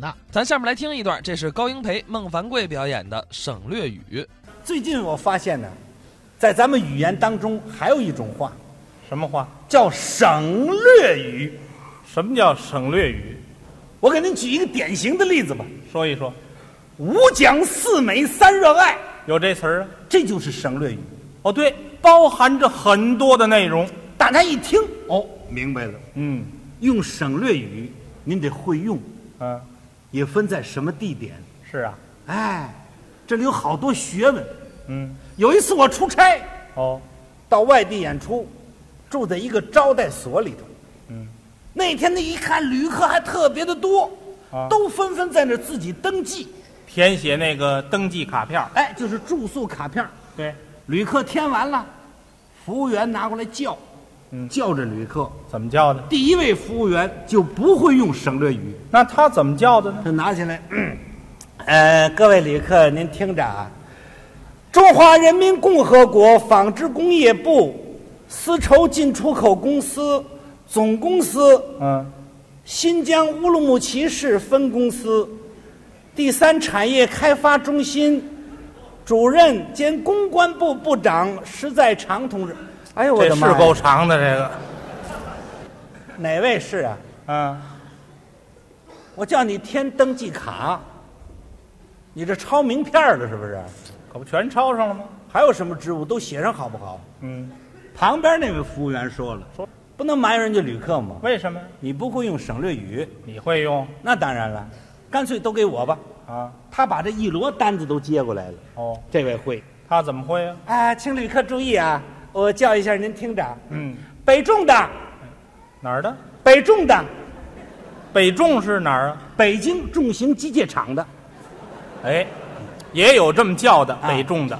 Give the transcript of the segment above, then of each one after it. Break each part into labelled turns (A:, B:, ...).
A: 的。
B: 咱下面来听一段，这是高英培、孟凡贵表演的省略语。
C: 最近我发现呢，在咱们语言当中还有一种话
D: 什么话？
C: 叫省略语。
D: 什么叫省略语？
C: 我给您举一个典型的例子吧：
D: 说一说，
C: 五讲四美三热爱，
D: 有这词儿啊？
C: 这就是省略语。
D: 哦，对，包含着很多的内容。
C: 大家一听哦，明白了。
D: 嗯
C: 用省略语，您得会用，
D: 嗯、啊
C: 也分在什么地点。
D: 是啊，
C: 哎，这里有好多学问。
D: 嗯，
C: 有一次我出差
D: 哦，
C: 到外地演出，住在一个招待所里头。
D: 嗯，
C: 那天那一看，旅客还特别的多，
D: 啊
C: 都纷纷在那儿自己登记，
D: 填写那个登记卡片儿。
C: 哎，就是住宿卡片儿。
D: 对，
C: 旅客填完了，服务员拿过来叫，
D: 嗯
C: 叫这旅客。
D: 怎么叫的？
C: 第一位服务员就不会用省略语，
D: 那他怎么叫的呢？
C: 他拿起来，嗯呃，各位旅客，您听着啊，中华人民共和国纺织工业部丝绸进出口公司总公司
D: 嗯，
C: 新疆乌鲁木齐市分公司第三产业开发中心主任兼公关部部长石在常同志。哎呦，我
D: 这
C: 的妈
D: 是
C: 呀！
D: 够长的这个。
C: 哪位是啊？
D: 嗯，
C: 我叫你填登记卡，你这抄名片儿了是不是？
D: 可不全抄上了吗？
C: 还有什么职务都写上好不好？
D: 嗯，
C: 旁边那位服务员说了，说不能埋怨人家旅客嘛，
D: 为什么？
C: 你不会用省略语，
D: 你会用
C: 那当然了，干脆都给我吧。
D: 啊？
C: 他把这一摞单子都接过来了，
D: 哦，
C: 这位会。
D: 他怎么会啊？
C: 啊，请旅客注意啊，我叫一下您厅长。
D: 嗯，
C: 北中的，
D: 哪儿的？
C: 北中的，
D: 北重是哪儿啊？
C: 北京重型机械厂的，
D: 哎，也有这么叫的，
C: 啊
D: 北重的，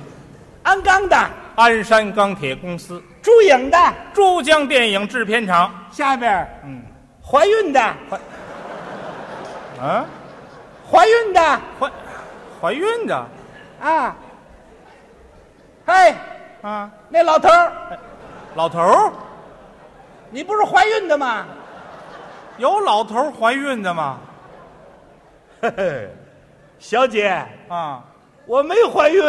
C: 鞍钢的，
D: 鞍山钢铁公司，
C: 珠影的，
D: 珠江电影制片厂。
C: 下边儿
D: 嗯，
C: 怀孕的，
D: 啊，
C: 怀孕的
D: 怀怀孕的
C: 啊。嘿，
D: 啊，
C: 那老头儿，
D: 老头儿
C: 你不是怀孕的吗？
D: 有老头儿怀孕的吗？
C: 小姐，
D: 啊，
C: 我没怀孕，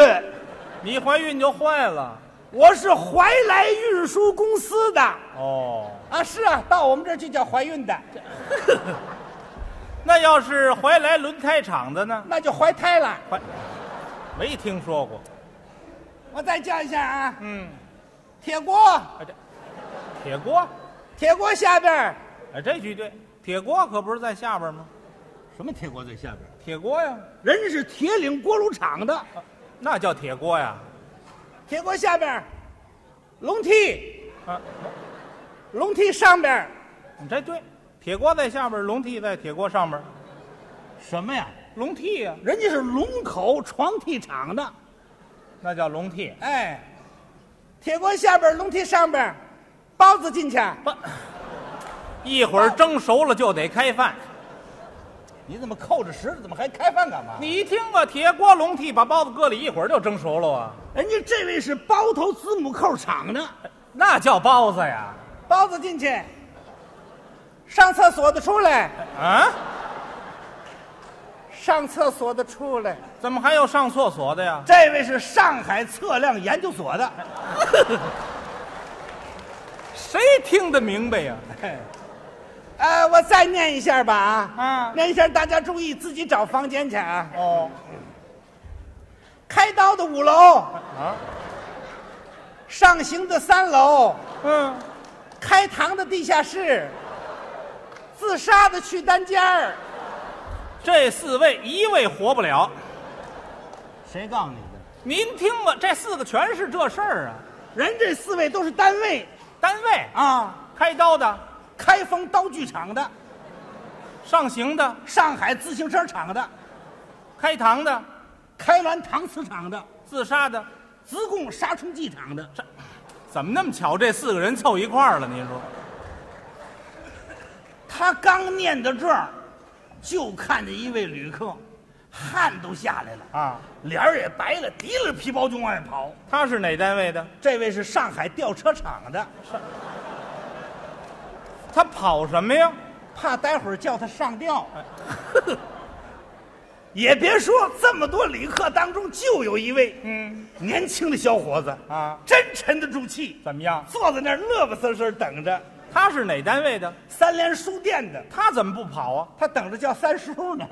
D: 你怀孕就坏了。
C: 我是怀来运输公司的
D: 哦，
C: 啊。是啊，到我们这儿就叫怀孕的，
D: 那要是怀来轮胎厂的呢？
C: 那就怀胎了。
D: 怀没听说过。
C: 我再叫一下啊，
D: 嗯，
C: 铁锅。
D: 哎这铁锅，
C: 铁锅下边儿
D: 哎这句对，铁锅可不是在下边吗？
C: 什么铁锅在下边儿？
D: 铁锅呀，
C: 人家是铁岭锅炉厂的，
D: 那叫铁锅呀。
C: 铁锅下边儿笼屉，
D: 啊，
C: 笼屉上边儿
D: 你这对，铁锅在下边，笼屉在铁锅上边，
C: 什么呀？
D: 笼屉呀，
C: 人家是龙口床屉厂的，
D: 那叫笼屉。
C: 哎，铁锅下边儿笼屉上边儿包子进去，啊
D: 一会儿蒸熟了就得开饭。
C: 你怎么扣着食？怎么还开饭干嘛？
D: 你一听啊，铁锅笼屉把包子搁里，一会儿就蒸熟了啊，
C: 人家这位是包头子母扣厂的，
D: 那叫包子呀！
C: 包子进去，上厕所的出来，
D: 啊，
C: 上厕所的出来。
D: 怎么还有上厕所的呀？
C: 这位是上海测量研究所的，
D: 谁听得明白呀？
C: 呃，我再念一下吧啊，
D: 啊
C: 念一下，大家注意自己找房间去啊。
D: 哦，
C: 开刀的五楼，
D: 啊，
C: 上刑的三楼，
D: 嗯，
C: 开膛的地下室，自杀的去单间儿。
D: 这四位一位活不了。
C: 谁告诉你的？
D: 您听吧，这四个全是这事儿啊。
C: 人这四位都是单位
D: 单位
C: 啊，
D: 开刀的、
C: 开封刀具厂的，
D: 上刑的、
C: 上海自行车厂的，
D: 开膛的、
C: 开滦搪瓷厂的，
D: 自杀的，
C: 自贡杀虫剂厂的。
D: 怎么那么巧？这四个人凑一块儿了？您说
C: 他刚念到这儿，就看见一位旅客，汗都下来了，
D: 啊？
C: 脸儿也白了，提着皮包就往外跑。
D: 他是哪单位的？
C: 这位是上海吊车厂的，
D: 他跑什么呀？
C: 怕待会儿叫他上吊， 也别说这么多旅客当中，就有一位
D: 嗯，
C: 年轻的小伙子
D: 啊
C: 真沉得住气，
D: 怎么样？
C: 坐在那儿乐不瑟瑟等着。
D: 他是哪单位的？
C: 三联书店的，
D: 他怎么不跑啊？
C: 他等着叫三叔呢。